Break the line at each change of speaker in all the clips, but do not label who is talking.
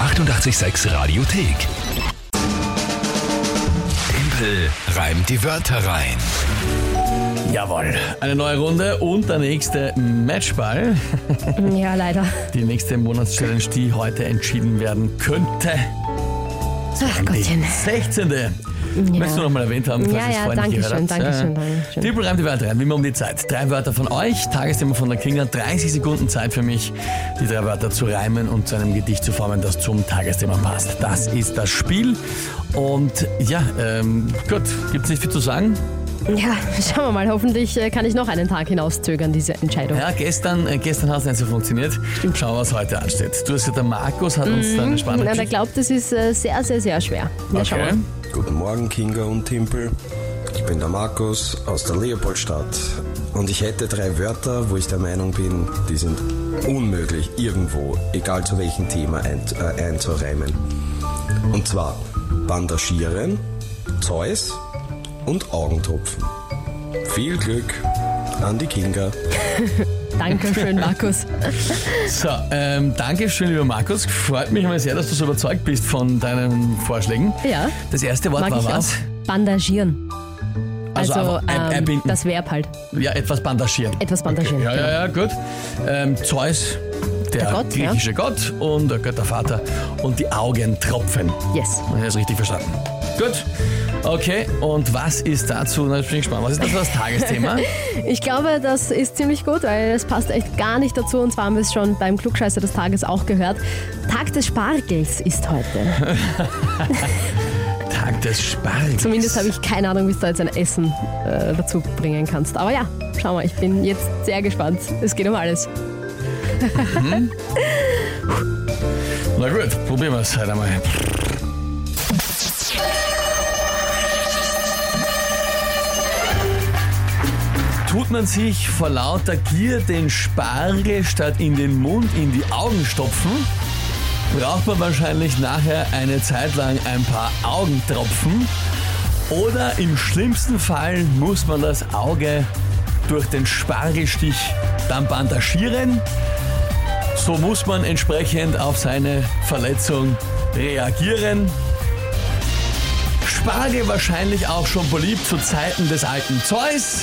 886 Radiothek. Tempel reimt die Wörter rein.
Jawohl. Eine neue Runde und der nächste Matchball.
Ja, leider.
Die nächste Monatschallenge, die heute entschieden werden könnte.
Ach
Die
Gottchen.
16. Möchtest du nochmal erwähnt haben, falls
Ja,
du es
ja,
vorhin nicht
danke
gehört
schön,
hast.
danke schön,
Ja, ja.
danke schön.
Tippel reimt die Wörter rein, wie immer um die Zeit. Drei Wörter von euch, Tagesthema von der Kinga, 30 Sekunden Zeit für mich, die drei Wörter zu reimen und zu einem Gedicht zu formen, das zum Tagesthema passt. Das ist das Spiel. Und ja, ähm, gut, gibt's nicht viel zu sagen.
Ja, schauen wir mal. Hoffentlich äh, kann ich noch einen Tag hinauszögern, diese Entscheidung.
Ja, gestern, äh, gestern hat es nicht so funktioniert. Schauen wir, was heute ansteht. Du hast ja, der Markus hat uns dann eine spannende
Mm, Na, der
Geschichte-
glaubt, das ist äh, sehr, sehr, sehr schwer. Na, schauen wir.
Okay.
mal.
Guten Morgen, Kinga und Timpel. Ich bin der Markus aus der Leopoldstadt. Und ich hätte drei Wörter, wo ich der Meinung bin, die sind unmöglich irgendwo, egal zu welchem Thema, ein, äh, einzureimen. Und zwar Bandagieren, Zeus und Augentropfen. Viel Glück an die Kinga.
Dankeschön, Markus.
So, ähm, danke schön, lieber Markus. Freut mich immer sehr, dass du so überzeugt bist von deinen Vorschlägen.
Ja.
Das erste Wort
Mag
war
ich
was?
auch. Bandagieren.
Also
Also,
einfach ein-
ähm,
einbinden.
das Verb halt.
Ja, etwas bandagieren.
Etwas bandagieren. genau.
Ja, ja, ja, gut. Ähm, Zeus, der,
Der Gott, ja.
griechische Gott und der Göttervater und die Augentropfen.
Yes.
Habe ich das richtig verstanden? Gut. Okay, und was ist dazu? Na, jetzt bin ich gespannt. Was ist das für das Tagesthema?
Ich glaube, das ist ziemlich gut, weil es passt echt gar nicht dazu. Und zwar haben wir es schon beim Klugscheißer des Tages auch gehört. Tag des Spargels ist heute.
Tag des Spargels.
Zumindest habe ich keine Ahnung, wie du da jetzt ein Essen äh, dazu bringen kannst. Aber ja, schau mal, ich bin jetzt sehr gespannt. Es geht um alles.
Na gut, probieren wir es halt einmal. Tut man sich vor lauter Gier den Spargel statt in den Mund in die Augen stopfen, braucht man wahrscheinlich nachher eine Zeit lang ein paar Augentropfen. Oder im schlimmsten Fall muss man das Auge durch den Spargelstich dann bandagieren so muss man entsprechend auf seine Verletzung reagieren. Spargel wahrscheinlich auch schon beliebt zu Zeiten des alten Zeus.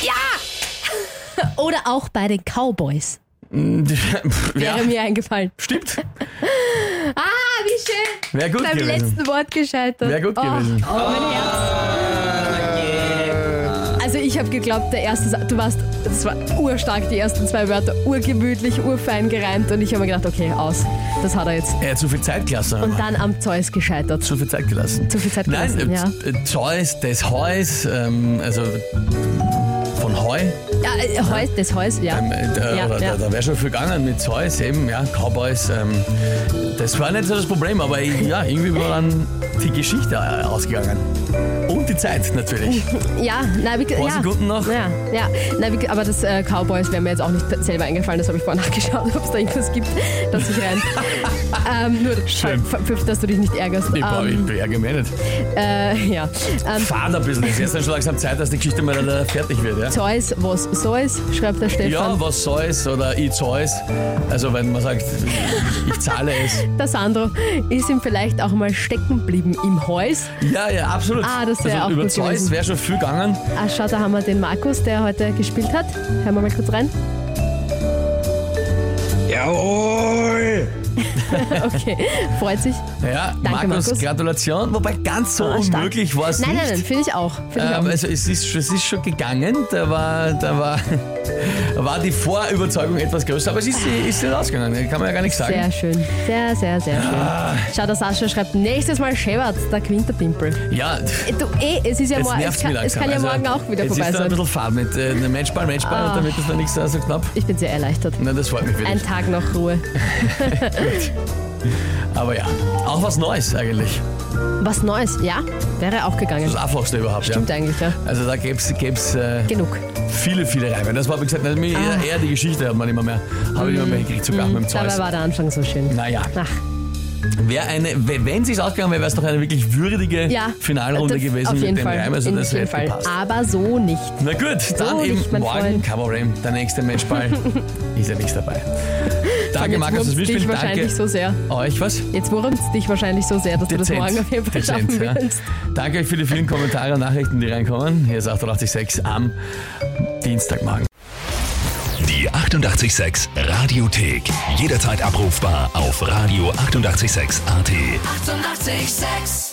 Oder auch bei den Cowboys.
Ja,
Wäre mir eingefallen.
stimmt.
Ah, wie schön.
Wäre gut
Beim
gewesen.
letzten Wort gescheitert.
Wäre gut
oh,
gewesen.
Oh, mein Herz. Also ich habe geglaubt, der erste, Sa- du warst, das war urstark, die ersten zwei Wörter, urgemütlich, urfein gereimt und ich habe mir gedacht, okay, aus, das hat er jetzt.
Er hat zu viel Zeit gelassen.
Und dann am Zeus gescheitert.
zu viel Zeit gelassen.
Zu viel Zeit gelassen,
Nein, äh, äh, Zeus des Heus, ähm, also von Heu,
Ja, äh, Heus, das Heus, ja.
ähm, äh, da-
ja,
oder,
ja.
da, da wäre schon viel gegangen mit Zeus eben, ja, Cowboys. Ähm, das war nicht so das Problem, aber ja, irgendwie war dann die Geschichte äh, ausgegangen. Und die Zeit natürlich.
Ja, na, wie,
Paar
ja.
Sekunden noch.
Ja, ja. Na, wie, aber das äh, Cowboys wäre mir jetzt auch nicht selber eingefallen, das habe ich vorher nachgeschaut, ob es da irgendwas gibt, das ich rein. ähm, nur,
Schön.
f- f- dass du dich nicht ärgerst.
Ich habe
Ähm,
ich ja gemeldet.
äh, ja. Ähm,
Fahrt ein bisschen. Es ist jetzt dann schon langsam Zeit, dass die Geschichte mal da fertig wird. Ja,
Zeus, was Zeus, schreibt der Stefan.
ja was Zeus oder ich Zeus. Also wenn man sagt, ich zahle es.
Der Sandro ist ihm vielleicht auch mal stecken geblieben im Haus.
Ja, ja, absolut.
Ah, das wär
also,
auch
Über
gut
Zeus
gewesen.
wäre schon viel gegangen.
Ah, schau, da haben wir den Markus, der heute gespielt hat. Hören wir mal kurz rein.
Jawohl!
Okay, freut sich.
Ja,
Danke, Markus.
Gratulation. Wobei ganz so
Ah, stark.
unmöglich war es Oh, nicht.
Nein, nein, nein, finde ich auch. Find ich auch.
Ähm, also es ist, schon- es ist schon gegangen, da war, da war, war die Vorüberzeugung etwas größer, aber es ist, ist nicht ausgegangen, da kann man ja gar nichts sagen. Ah.
Sehr schön. Sehr, sehr, sehr schön. Schau, der Sascha schreibt, nächstes Mal Schewert, der Quinterpimpel.
Ja,
Äh, Du, eh, es ist ja
jetzt
morgen. Es
nervt mich
kann,
langsam.
es kann ja
also,
morgen auch wieder
jetzt
vorbei
ist da ein
sein. Ah.
bisschen Fahrt mit äh, einem Matchball, Matchball und damit ist dann nichts so also knapp.
Ich bin sehr erleichtert.
Na, das freut mich
Ein
wirklich.
Tag noch Ruhe.
Aber ja, auch was Neues eigentlich.
Was Neues, ja? Wäre auch gegangen.
Das Einfachste überhaupt,
Stimmt
ja.
eigentlich, ja.
Also da gäbe es äh,
Genug.
viele, viele Reime. Das war, wie gesagt, mir eher, eher die Geschichte hat man immer mehr, habe ich immer mehr gekriegt, sogar mit dem
Ah. Mhm. Dabei
Zeus.
war der Anfang so schön.
Naja,
Ach,
Wär eine, w- wenn sie es ausgegangen wäre, wäre es doch eine wirklich würdige
ja.
Finalrunde
Das-
gewesen
auf
mit
jeden
dem
Fall.
Reim. Also
In-
das
auf jeden
hätte
Fall. Ah.
gepasst.
Aber so nicht.
Na gut, dann
nicht,
eben
mein
morgen
Freund.
Kabarett, der nächste Matchball. ist ja nichts dabei. Danke,
Jetzt
Markus,
wurmt's
fürs Mitspielen.
dich wahrscheinlich
Danke
so sehr.
euch. Was?
Jetzt wurmt es dich wahrscheinlich so sehr, dass du das morgen auf jeden Fall
dezent,
schaffen
ja.
willst.
Danke euch für die vielen Kommentare und Nachrichten, die reinkommen. Hier ist 886 am Dienstagmorgen.
Die 886 Radiothek. Jederzeit abrufbar auf radio886.at. 886!
886